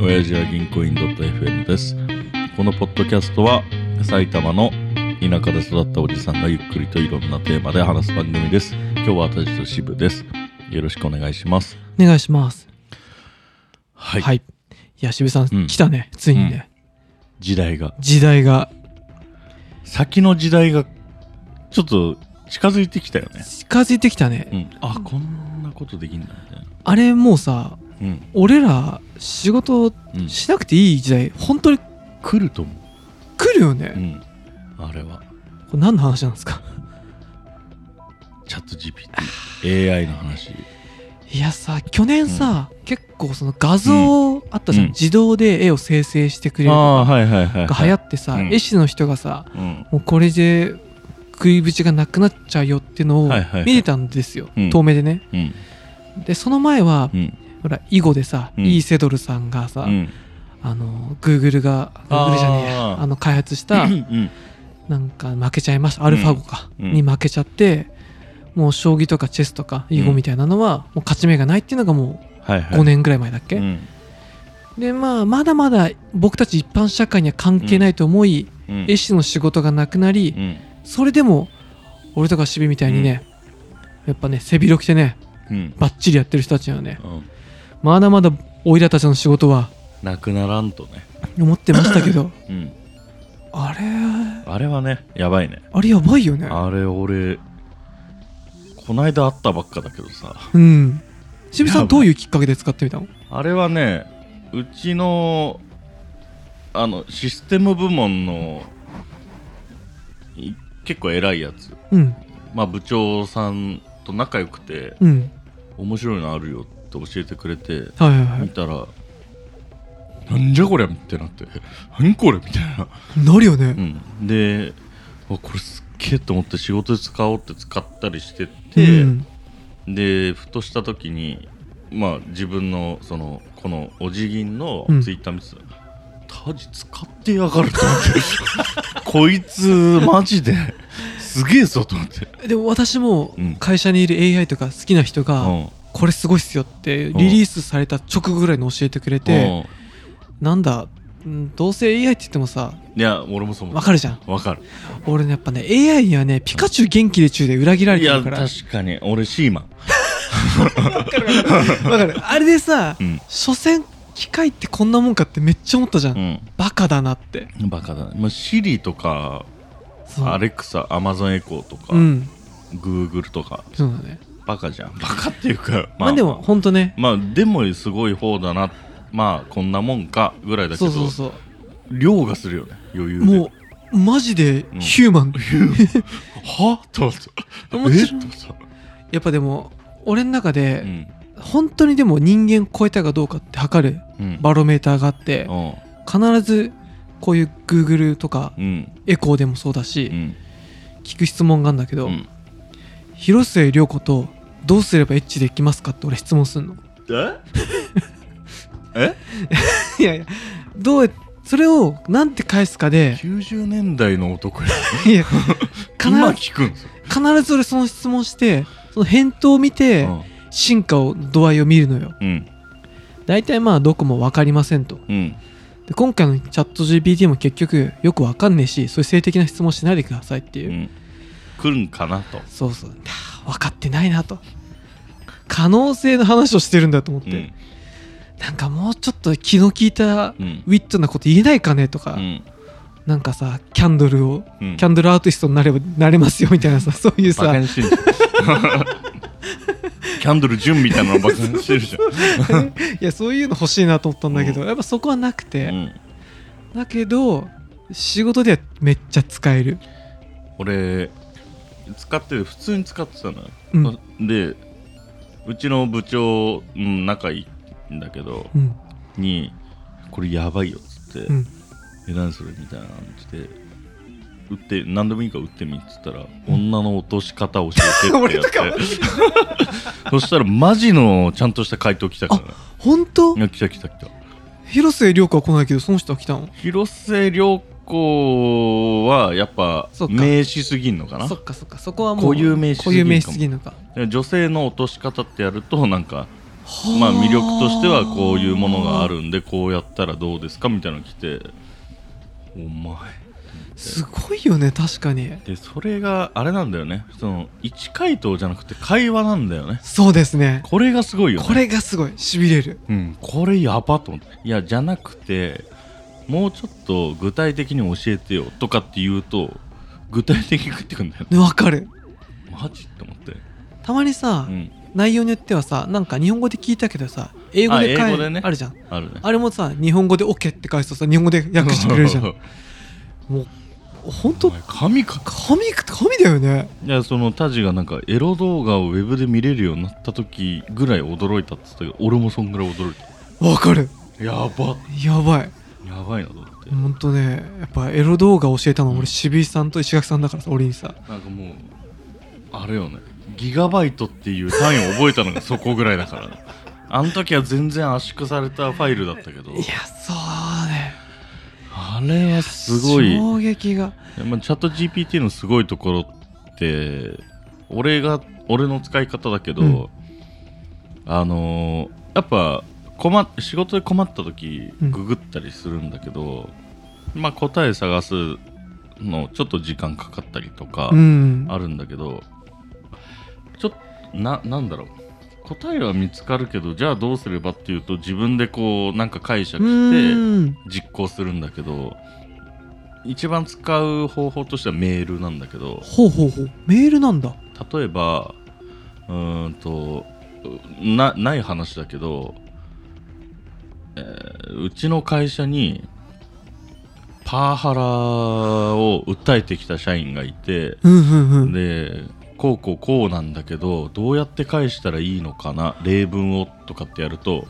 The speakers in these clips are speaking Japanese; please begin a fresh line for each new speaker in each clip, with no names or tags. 親父は銀行員 .fm ですこのポッドキャストは埼玉の田舎で育ったおじさんがゆっくりといろんなテーマで話す番組です今日は私と渋ですよろしくお願いします
お願いします。
は、
はいい。い、や、渋さん、
うん
来たね。ついにね。
時代が
時代が
先の時代がちょっと近づいてきたよね、
近づいてきたね。
うん、あこんなことできんだみたいな
あれもうさ、
うん、
俺ら仕事
うん、
しなくていい時代、本当に
来ると思
来るよね。
う、うん、あれは
これ何の話なんですか
チャット GPT AI の話
いやさ、去年さ、結構その画像あったじゃん。
うん
自動で絵を生成してくれる
ああ
の
ーはいはいはい、
が
は
流
い、
行ってさ、
うん
絵師の人がさ、
うん
もうこれで食いぶちがなくなっちゃうよっていうのを
はいはいはい
見れたんですよ。
うん
遠目でね。
うん
で、その前は、
うん
ほら、囲碁でさ、
うん
イーセドルさんがさ、
うん
あの、グーグルが、グー
あー
グルじゃねえや、あの、開 発した
う、ん
なんか負けちゃいました、アルファ碁か、
うん
に負けちゃって、もう将棋とかチェスとか囲碁みたいなのは、もう勝ち目がないっていうのがも
はいは
う
い
5年ぐらい前だっけ、
うん
で、まあ、まだまだ僕たち一般社会には関係ないと思い、
うん
絵師の仕事がなくなり、
うん
それでも、俺とか渋みたいにね、やっぱね、背広着てね、
うん
バッチリやってる人たちにはね、
うん
まだまだ、おいらたちの仕事は、
なくならんとね
思ってました けど、
うん
あれ、
あれはねやばいね
あれやばいよね。
あれ俺こないだ会ったばっかだけどさ
うん。渋
や
さ
ば
ん
い
どういうきっかけで使ってみたの
あれはねうちのあのシステム部門のい結構偉いやつ
うん。
まあ部長さんと仲良くて
うん。
面白いのあるよって教えてくれて
はいはいは
見
い。
たら「なんじゃこりゃ」ってなって「何これ」みたいな、
なるよね。
うん、であこれすっげえと思って仕事で使おうって使ったりして
う
て、
ん。
でふとした時にまあ自分のそのこのお辞儀の
うん
ツイッター見てたら、タジ使ってやがると思って こいつマジですげえぞと思って、
でも私も
うん
会社にいる AI とか好きな人
う
が、
ん
これすごいっすよってリリースされた直後ぐらいに教えてくれて、なんだ、うんどうせ AI って言ってもさ、
うんいや俺もそう思
わ
った
かるじゃん。
わかる
俺ね、やっぱね、AI にはね、ピカチュウ元気で中で裏切られ
い
て
や
るか
確
ら。
かに俺シーマン
わかる。あれでさ
う、ん
所詮機械ってこんなもんかってめっちゃ思ったじゃん。バカだなって。
うんバカだね、まあ、シリとか
そう
アレクサアマゾンエコーとか、
うん。
グーグルとか
そうだね。
バカじゃんバカっていう か
まあでも、ほんとね。
まあでもすごい方だなまあこんなもんかぐらいだけ
そう
ど
そうそう。
量がするよね余裕で
もうマジでヒューマン、
はと思った
もちろん
えっと思っ
やっぱでも俺の中
たう
で
ん
本当にでも人間超えたかどうかって測る
うん
バロメーターがあって
うん
必ずこういう Google とか
うん
エコーでもそうだ
う
し
ん
聞く質問があるんだけ
う
ど
ん
広末涼子とどうすればエッチできますかって俺質問すんの
ええ
いやいやどうやそれをなんて返すかで
?90 年代の男や
いや
今
必
聞くんですよ、
ず必ず俺その質問してその返答を見て進化を度合いを見るのよ
うんうん
大体まあどこも分かりませんと
うん
で今回のチャット GPT も結局よくわかんねえしそういう性的な質問しないでくださいっていうう、
ん来るんかなと
そうそうはあ分かってないなと可能性の話をしてるんだと思って、
うん
なんかもうちょっと気の利い
う
た
ん
ウィットなこと言えないかねとか、
うん
なんかさキャンドルを
うん
キャンドルアーティストになればなれますよみたいなさそういう
バカ
さ
にしてんじゃん キャンドル純みたいなのバカにしてるじゃ
いやそういうの欲しいなと思ったんだけど、やっぱそこはなくて、
ん、うん、
だけど仕事ではめっちゃ使える
俺使ってる普通に使ってたのよ、
うん
でうちの部長、うん、仲いいんだけど
うん
に「これやばいよ」っつって「
うん
え何それ?」みたいなのって打って何でもいいから打ってみっつったら、女の落とし方教えてってやっ
俺と
て そしたらマジのちゃんとした回答来たからね
本当
いや来た来た来た
広末涼子は来ないけどその人は来たの
広末涼子はやっぱ
そっか
名詞すぎんのかな
そっかそっかそこはもう
固有名詞す
固
ぎる
有
かも
名詞すぎるのか
女性の落とし方ってやるとなんか
は
まあ魅力としてはこういうものがあるんでこうやったらどうですかみたいなの来てお前
すごいよね確かに
でそれがあれなんだよねその一回答じゃなくて会話なんだよね
そうですね
これがすごいよね
これがすごいしびれる
うん、これやばと思っていやじゃなくてもうちょっと具体的に教えてよとかって言うと具体的に食ってくんだよね
ねわかる
マジって思って、
たまにさ、
うん、
内容によってはさなんか日本語で聞いたけどさ英語で
あ英
返
語
る
でね
あるじゃん
あるね
あれもさ日本語で OK って返すとさ日本語で訳してくれるじゃんもう 本
お
当
前神か
神神だよね
いやそのタジがなんかエロ動画をウェブで見れるようになった時ぐらい驚いたっつったけど俺もそんぐらい驚いた
わかる
やば
やばい
やばいなと思って、
ほんとねやっぱエロ動画教えたの俺渋井さんと石垣さんだからさ俺にさ
なんかもうあれよねギガバイトっていう単位を覚えたのがそこぐらいだからねあの時は全然圧縮されたファイルだったけど
いやそうね
あれはすごい、
衝撃が
まあ、チャット GPT のすごいところって俺が俺の使い方だけど、
うん
あのーやっぱ困っ仕事で困った時
うん
ググったりするんだけど、まあ答え探すのちょっと時間かかったりとか
うん
あるんだけど、ちょっとななんだろう答えは見つかるけどじゃあどうすればっていうと自分でこうなんか解釈
う
して。
ん
実行するんだけど一番使う方法としてはメールなんだけど
ほうほうほうメールなんだ
例えばうーんとなない話だけど、えーうちの会社にパワハラを訴えてきた社員がいて
うんうんうん
でこうこうこうなんだけどどうやって返したらいいのかな例文をとかってやると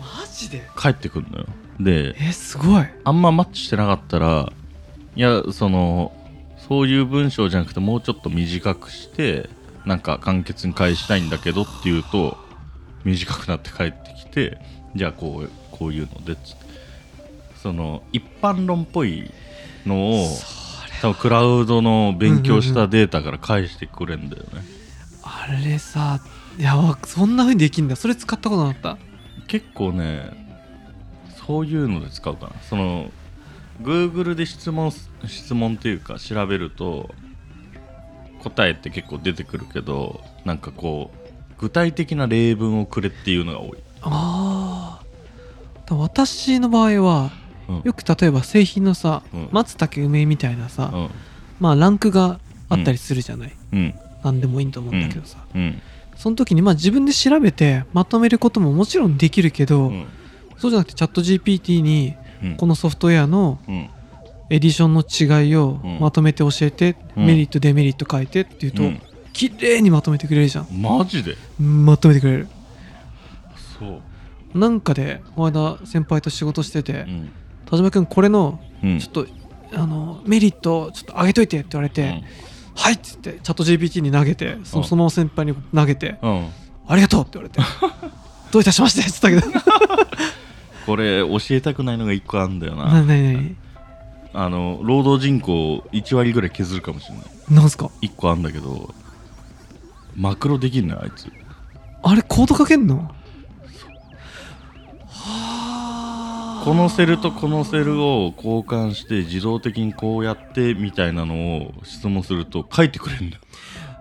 マジで
返ってくるのよで
えすごい
あんまマッチしてなかったらいやそのそういう文章じゃなくてもうちょっと短くしてなんか簡潔に返したいんだけどっていうと短くなって帰ってきてじゃあこうこういうのでっつってその一般論っぽいのを多分クラウドの勉強したデータから返してくれんだよね、
あれさいやわそんな風にできんだそれ使ったことなかった
結構ねそういうので使うかなその Google で質問す質問っていうか調べると答えって結構出てくるけどなんかこう具体的な例文をくれっていうのが多い、
ああ私の場合は
うん
よく例えば製品のさ、
うん
松茸梅みたいなさ、
うん
まあランクがあったりするじゃない、
うん
何でもいいと思うんだけどさ、
うん
その時にまあ自分で調べてまとめることももちろんできるけど、
うん
そうじゃなくてチャット GPT に
うん
このソフトウェアの
うん
エディションの違いを
うん
まとめて教えて、
うん
メリットデメリット書いてっていうと、
うん
綺麗にまとめてくれるじゃん
マジで
まとめてくれる
そう、
なんかでこの間先輩と仕事してて、
うん
田島君これの
うん、
ちょっと、あのメリットをちょっと上げといてって言われて、はいっつってチャット GPT に投げてその
うん
そのまま先輩に投げて、
うん、うん、
ありがとうって 言われてどういたしましてっつったけど
これ教えたくないのが一個あんだよな、
なになになに
あの労働人口1割ぐらい削るかもしれない
なんすか
一個あんだけどマクロできんのよあいつ
あれコードかけんのはあ
このセルとこのセルを交換して自動的にこうやってみたいなのを質問すると書いてくれるんだよ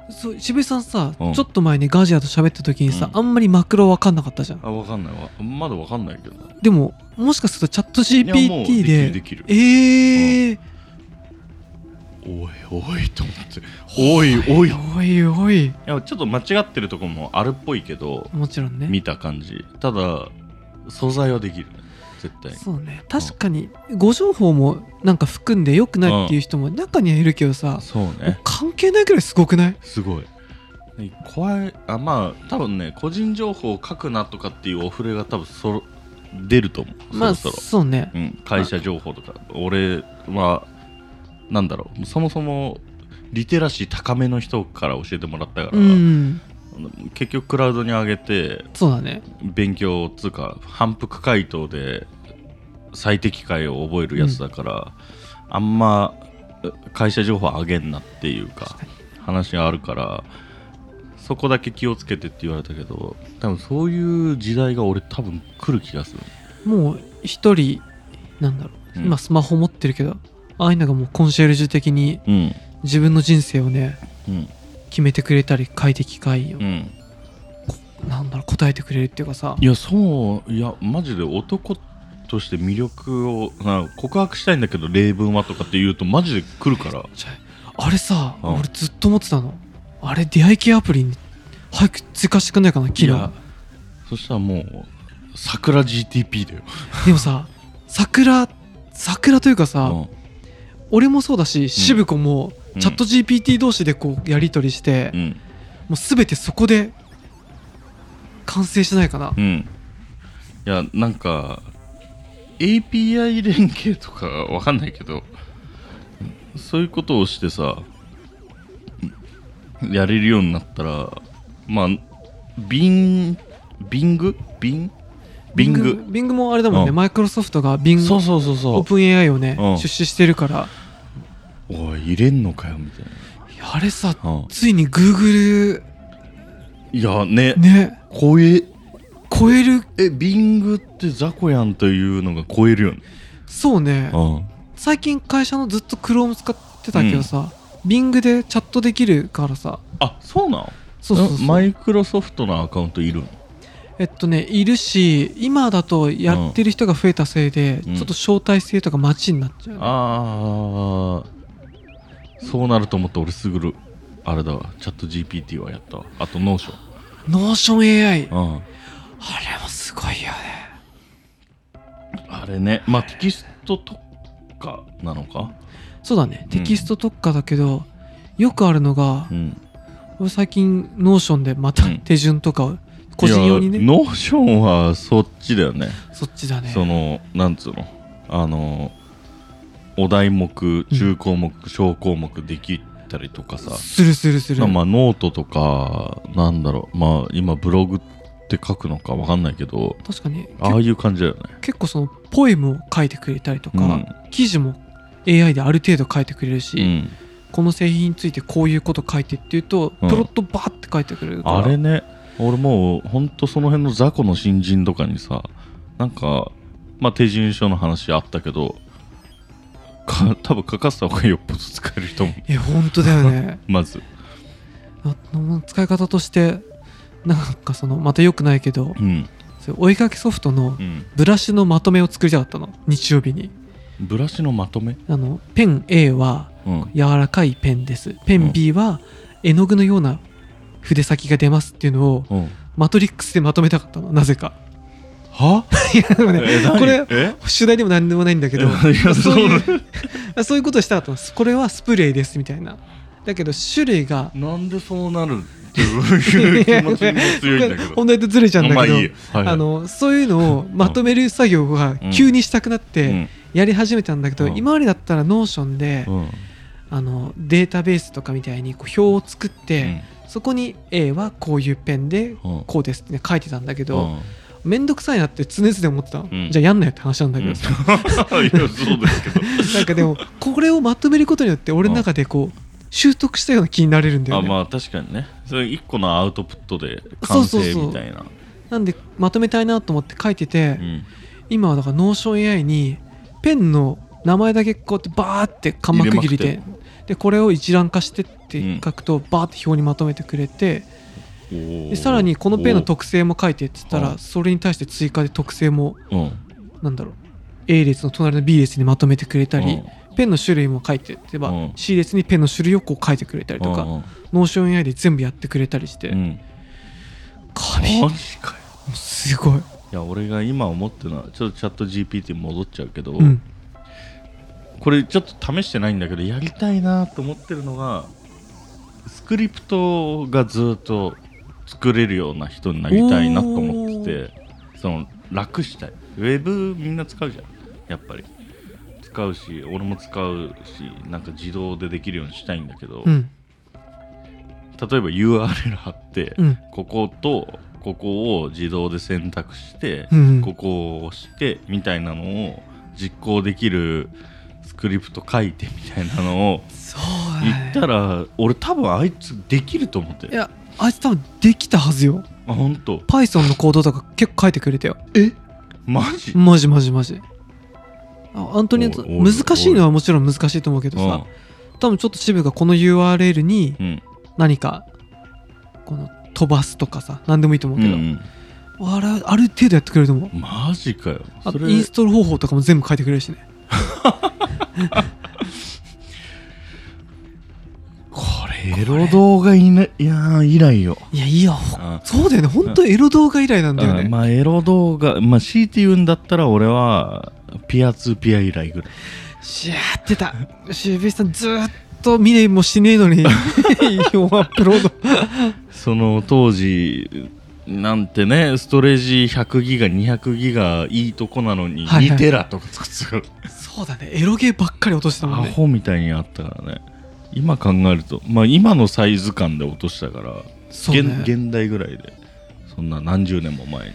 そう渋井さんさ、
うん
ちょっと前にガジアと喋った時にさ、
うん
あんまりマクロ分かんなかったじゃん
あわかんないわまだわかんないけど
でももしかするとチャット
いやもう
GPT で
できるできる
ええー
おいおいと思っておいおいい
おいおい
やちょっと間違ってるとこもあるっぽいけど
もちろんね
見た感じただ素材はできるね絶対
そうね確かにご情報もなんか含んで良くないっていう人も中にはいるけどさ、
そう
もう関係ないくらいすごくない
すごいね怖いあまあ多分ね個人情報を書くなとかっていうお触れが多分そろ出ると思う
まあ
そろそろ
そうね
うん、会社情報とか俺はなんだろうそもそもリテラシー高めの人から教えてもらったから、
うん
結局クラウドに上げて
そうだね
勉強っつうか反復回答で最適解を覚えるやつだから、あんまう会社情報上げんなっていうか話があるからそこだけ気をつけてって言われたけど多分そういう時代が俺多分来る気がする
もう一人なんだろう、
うん
今スマホ持ってるけどああいうのがもうコンシェルジュ的に
うん
自分の人生をね
うん
決めてくれたり快適快を
う、ん
なんだろう答えてくれるっていうかさ
いやそういやマジで男として魅力をな告白したいんだけど例文はとかって言うとマジで来るから
じゃああれさ、
うん
俺ずっと思ってたのあれ出会い系アプリに早く追加してくんないかな機
い
能
やそしたらもう桜 GTP だよ、
でもさ桜桜というかさ、俺もそうだし渋子も、
うん
チャット GPT 同士でこうやり取りして、
うんうん
もう全てそこで完成しないかな、
うんいやなんか API 連携とかわかんないけどそういうことをしてさやれるようになったらまあビンビングビンビング
ビングもあれだもんね、
うん
マイクロソフトがビング
そうそうそう
オ
そ
ープン AI をね、
うん
出資してるから
うおい入れんのかよみたい
いやあれさ
な、うん
ついに Google
いやね
ね
超え
超える
えビングってザコやんというのが超えるよね
そうね
うん
最近会社のずっと Chrome 使ってたけどさ、ビングでチャットできるからさ
あそうなの
そうそうそう
マイクロソフトのアカウントいるの
えっとねいるし今だとやってる人が増えたせいで、
うん
ちょっと招待制とか待ちになっちゃう、ね、
ああそうなると思って俺すぐるあれだわチャット GPT はやったわあとノーショ
ノーション AI あ
ン、うん、
れもすごいよね
あれねまあテキストとかなのか
そうだねテキスト特化だけど、よくあるのが
う、ん
俺最近ノーションでまた
うん
手順とかを個人用に
いや
ね
ノーションはそっちだよね
そっちだね
そのなんつうのあのお題目中項目、小項目できたりとかさ
するするする、
まあノートとかなんだろうまあ今ブログって書くのかわかんないけど
確かにけ
ああいう感じだよね
結構そのポエムを書いてくれたりとか、
うん
記事も AI である程度書いてくれるし、
うん
この製品についてこういうこと書いてっていうと、
うん
プロットバーって書いてくれるから
あれね俺もうほんとその辺の雑魚の新人とかにさなんかまあ手順書の話あったけどか多分書かせた方がよっぽど使える人も
え本当だよね
まず
あの使い方としてなんかそのまた良くないけど
うん
そういう追いかけソフトの
うん
ブラシのまとめを作りたかったの日曜日に
ブラシのまとめ
あのペン A は
うん
柔らかいペンですペ
う
ン
ん
B は絵の具のような筆先が出ますっていうのを
うん
マトリックスでまとめたかったのなぜか
はい
やでもね
え何
これ
え
主題でも何でもないんだけど
いや
そういう
そう
そういうことをしたかったのこれはスプレーですみたいなだけど種類が
なんでそうなるっていう気持ちも強いんだけど
本題とずれちゃうん だ
まあ
け
い
ど、
いよはいはい
あのそういうのをまとめる作業が
うん
急にしたくなっ
う
て
ん
やり始めたんだけど、
うん
今までだったらノーションで、
うん
あのデータベースとかみたいにこう表を作って、そこに A はこういうペンで
うん
こうですって書いてたんだけ
う
ど、
ん
めんどくさいなって常々思ってたの、
うん
じゃあやんなよって話なんだ
うん
け
い
ど
や、そうですけど
なんかでもこれをまとめることによって俺の中でこう習得したような気になれるんだよ
あ
ね、
まあ確かにねそれ一個のアウトプットで完成みたいな
なんでまとめたいなと思って書いてて、
うん
今はだからノーション AI にペンの名前だけこうやってバーって間幕切り
入
で
れ
でこれを一覧化してって
うん
書くとバーって表にまとめてくれて、
おー
でさらにこのペンの特性も書いてって言った
はい
らそれに対して追加で特性も
うん
なんだろう A 列の隣の B 列にまとめてくれたり、ペンの種類も書いてって言えば、
うん
C 列にペンの種類をこう書いてくれたりとか、
うんうん
ノーション AI で全部やってくれたりして、
うん
紙
マジかよ
すごい、
いや俺が今思ってるのはちょっとチャット GPT 戻っちゃうけど、
うん、
これちょっと試してないんだけどやりたいなと思ってるのがスクリプトがずっと作れるような人になりたいなと思っててその楽したいウェブみんな使うじゃんやっぱり使うし俺も使うしなんか自動でできるようにしたいんだけど、
う
例え
ん
ば URL 貼って、
うん
こことここを自動で選択して、
うんうん
ここを押してみたいなのを実行できるスクリプト書いてみたいなのを
そうだね
言ったら俺多分あいつできると思って
い
る
やあいつ多分できたはずよ
あ本当
Python のコードとか結構書いてくれたよ
マジ
マジマジマジあアントニオ
おおいおい
難しいのはもちろん難しいと思うけどさ多分ちょっと渋がこの URL に
うんうん
何かこの飛ばすとかさ何でもいいと思う
う
けど、
ん
あれある程度やってくれると思う
うんマジかよそ
あと
れ
インストール方法とかも全部書いてくれるしね
これエロ動画いないやー以来よ
いやいや
あ
そうだよね本当エロ動画以来なんだよ
あ
ね
まあエロ動画まあ強いて言うんだったら俺はピアツーピア以来ぐらい
しやってた渋井さんずーっと見ねえもしねえのにようアップロード
その当時なんてねストレージ100ギガ200ギガいいとこなのに
はいはい
2テラとかつく
そうだねエロゲーばっかり落としてた
ア
もんね
ホみたいにあったからね今考えるとまあ今のサイズ感で落としたから、
そう
現
ね
現代ぐらいでそんな何十年も前に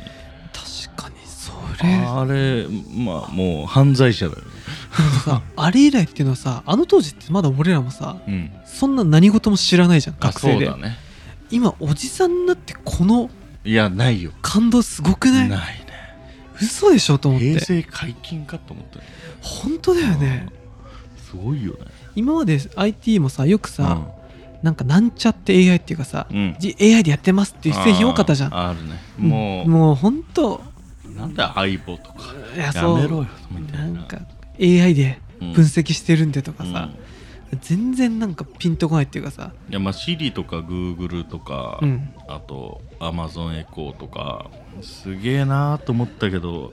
確かにそれ
あれまあもう犯罪者だよね
でもさあれ以来っていうのはさあの当時ってまだ俺らもさ
うん
そんな何事も知らないじゃん学生で
あそうだね
今おじさんになってこの
いやないよ
感動すごく
な
ないい
ね
嘘でしょと思っ
平
て
成解禁かと思ったよ
本当だよね
すごいよね
今まで IT もさよくさ、なんかなんちゃって AI っていうかさ、
うんうん、
じ AI でやってますっていう製品多かったじゃん
あーあるねもう
もう本当
なんだ相棒とか
いや
や
そう
めろよみた
ないん
な
か AI で
分
分析してるんでとか
うん
さ、全然なんかピンとこないっていうかさ、
いやまあ Siri とか Google とか、
うん、
あと Amazon エコーとかすげえなーと思ったけど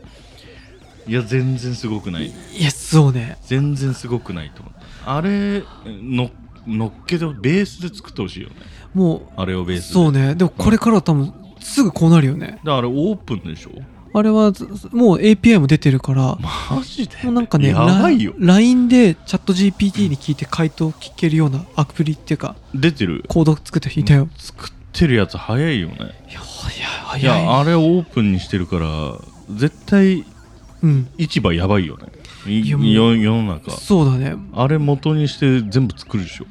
いや全然すごくない
いやそうね
全然すごくないと思ったあれののっけでベースで作ってほしいよね
も
あれをベー
う
スで
そうねでもこれからは多分すぐこうなるよね
だからオープンでしょ
あれはずもう API も出てるからも
マジで
うなんかね
やばいよ
ラ LINE でチャット GPT に聞いて回答聞けるようなアプリっていうか
出てる
コード作っていたよ
作ってるやつ早いよね
いやい
い
や早い
やあれオープンにしてるから絶対
うん
市場やばいよねい
いやもう
世世の中
そうだね
あれ元にして全部作るでしょ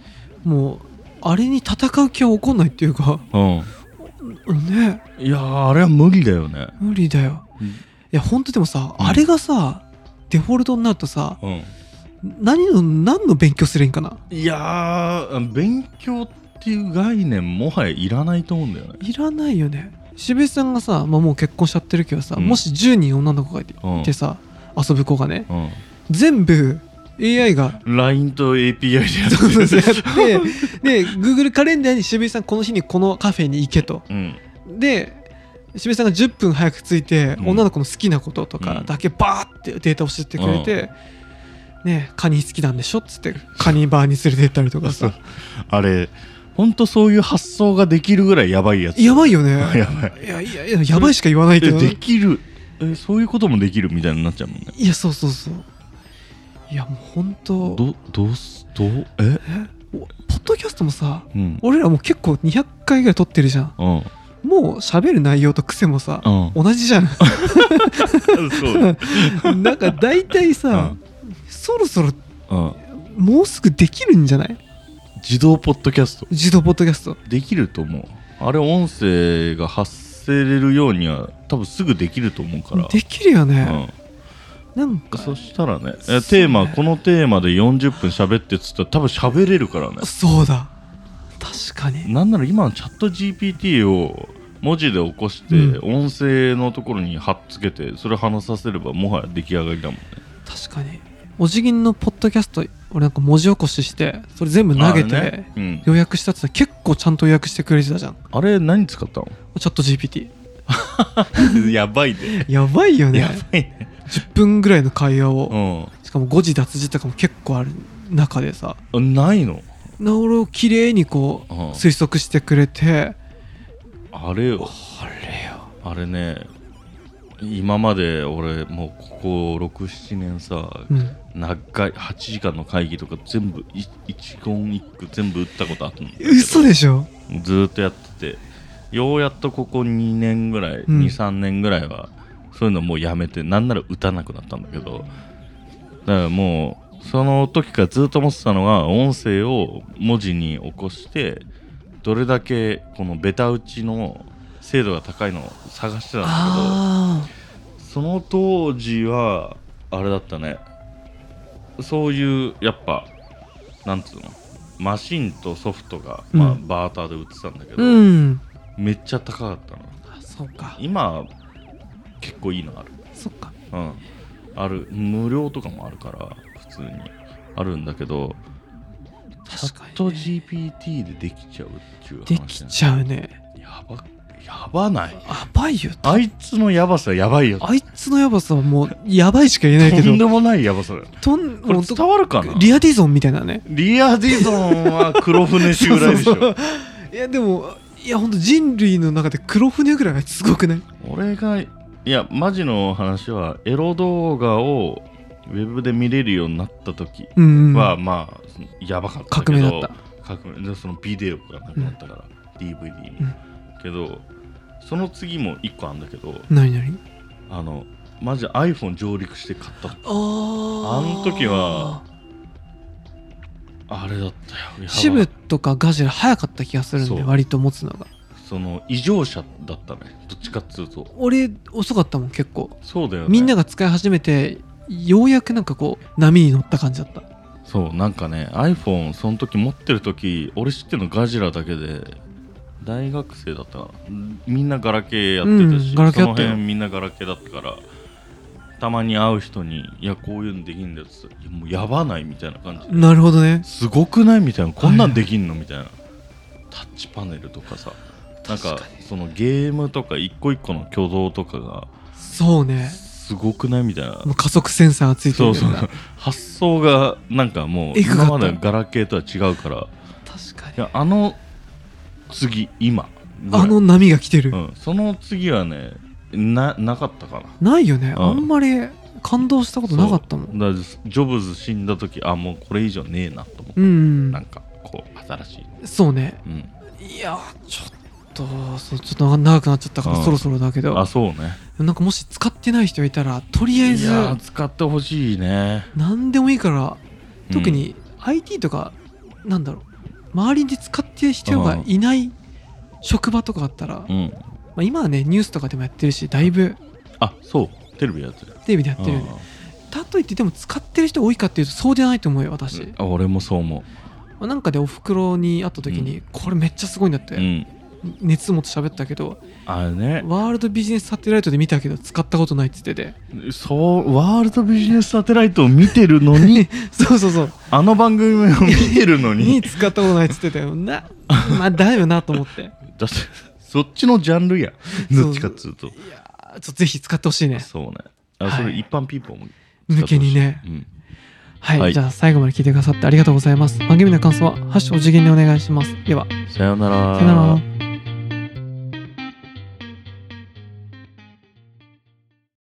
もうあれに戦う気は起こんないっていうか
う
ね
んいやーあれは無理だよね
無理だよいやほんとでもさ、
うん
あれがさデフォルトになるとさ
うん
何の何の勉強すりゃいいんかない
やー勉強っていう概念もはやいらないと思うんだよね
いらないよね渋井さんがさ、まあ、もう結婚しちゃってるけどさ、
うん
もし10人女の子がいて,、
うん
さ遊ぶ子がね
うん
全部 AI が
LINE と API でや
そうそう
っ
そう
て
やってで Google カレンダーに渋井さんこの日にこのカフェに行けと
うん
で渋井さんが10分早く着いて、
うん
女の子の好きなこととかだけバーってデータを教えてくれて、ねカニ好きなんでしょっつってカニバーに連れてったりとか
そう
さ
あれほんとそういう発想ができるぐらいやばいやつ
やばいよ ね
やばい
いやいやいややばいしか言わないけ
え
ど
できるえそういうこともできるみたいになっちゃうもんね
いやそうそうそういやもう本当
どどうすどうえ
えおポッドキャストもさ
うん
俺らもう結構200回ぐらい撮ってるじゃん
うん
もう喋る内容と癖もさ、
うん
同じじゃん
そう
なんか大体さ、そろそろ
うん
もうすぐできるんじゃない
自動ポッドキャスト
自動ポッドキャスト
できると思うあれ音声が発せれるようには多分すぐできると思うから
できるよね、
うん
なんか
そ
そ
したらねえ
そうね
テーマこのテーマで40分喋ってっつったら多分喋れるからね
うだ確かに
なんなら今のチャット GPT を文字で起こして、
う
音声のところに貼っつけてそれ話させればもはや出来上がりだもんね
確かにお辞儀のポッドキャスト俺なんか文字起こししてそれ全部投げて、
あれ,、ねうん、
予約したってさ結構ちゃんと予約してくれてたじゃん
あれ何使った
チャット GPT
のやばいで
やばいよ ね
やばいね
10分ぐらいの会話を、
う
しかも誤字脱字とかも結構ある中でさ
んないの
な俺を綺麗にこう
うん
推測してくれて
あれよ
あれよ
あれね今まで俺もうここ67年さ
うん
長い8時間の会議とか全部い一言一句全部打ったことあったんだけど
嘘でしょ
ずーっとやっててようやっとここ2年ぐらい、
うん
23年ぐらいはそういうのもうやめてなんなら打たなくなったんだけどだからもうその時からずっと思ってたのは音声を文字に起こしてどれだけこのベタ打ちの精度が高いのを探してたんだ
あ
けどその当時はあれだったねそういうやっぱなんつうのマシンとソフトが、まあ
うん
バーターで売ってたんだけ
あう
ど、
ん
めっちゃ高かったの
あそうか
今結構いいのある
そっか
うん、ある無料とかもあるから普通にあるんだけどチャ
確か
ット
にね、
GPT でできちゃうっていう話
できちゃうね
やばやばない
やばいよ
あいつのやばさやばいよ
あいつのやばさはもうやばいしか言えないけ
とんで
ど
もないやばさだよ
とん
これ
もうと
伝わるかな
リアディゾンみたいなね
リアディゾンは黒船襲来でし
そうそ
ょ
うそういやでもいや本当人類の中で黒船ぐらいがすごくない
俺がいやマジの話はエロ動画をウェブで見れるようになった時
うんうん
は、まあやばかったけど
革命だった
革命でそのビデオがなくなったから、DVD に、
うん
けどその次も1個あんだけど
何何
あのマジ iPhone 上陸して買った
ああ
あの時はあれだったよやばい
シブとかガジラ早かった気がするん
そ
で
う
割と持つのが
その異常者だったねどっちかっつうと
俺遅かったもん結構
そうだよね
みんなが使い始めてようやくなんかこう波に乗った感じだった
そうなんかね iPhone その時持ってる時俺知ってるのガジラだけで大学生だったかなみんなガラケーやってたし、
うんガラケーやったよ
その辺みんなガラケーだったからたまに会う人に「いやこういうのできんだよ」っつっていやもうやばない」みたいな感じで
なるほどね
すごくないみたいなこんなんできんのみたいなタッチパネルとかさなんか
確か
そのゲームとか一個一個の挙動とかが
そうね
すごくないみたいな
もう加速センサーがついて
そ
る
うん
だ
そう 発想がなんかもう
エグ
今
かった
までのガラケーとは違うから
確
い
かに
やあの次今ぐらい
あの波が来てる、
うん、その次はねななかったかな
ないよね、
うん
あんまり感動したことなかったもん
そうだからジョブズ死んだ時あもうこれ以上ねえなと思って、
うんうん
なんかこう新しい、
そうね
うん、
いやちょっとそうちょっと長くなっちゃったから、
うん
そろそろだけど
あそうね
なんかもし使ってない人がいたらとりあえ
い
ず
やー使ってほしいね
何でもいいから
うん
特に IT とか、なんだろう周りに使ってる人がいない職場とかあったら、
うん
まあ、今はねニュースとかでもやってるしだいぶ
あそうテレビやってる
テレビでやってるよねだといってでも使ってる人多いかっていうとそうではないと思うよ私、
うんあ俺もそう思
まあなんかでおふくろに会った時に、
う
これめっちゃすごいんだっ
う、
て、
うん、
熱持って喋った けど
あれね
ワールドビジネスサテライトで見たけど使ったことないって言って て
そうワールドビジネスサテライトを見てるのに
そうそうそう
あの番組を見てるの
に
に
使ったことないって言ってた よなまあだよなと思ってい
だってそっちのジャンルやん
そう
どっちかっつうと
やーちょっとぜひ使ってほしいね
そうねあ、
はい
それ一般ピーポーも使って
抜
ほしい
けにね
うん
はい、
はい
じゃあ最後まで聞いてくださってありがとうございます番組の感想は「ハッシュお次元」でお願いしますでは
さようなら
さよなら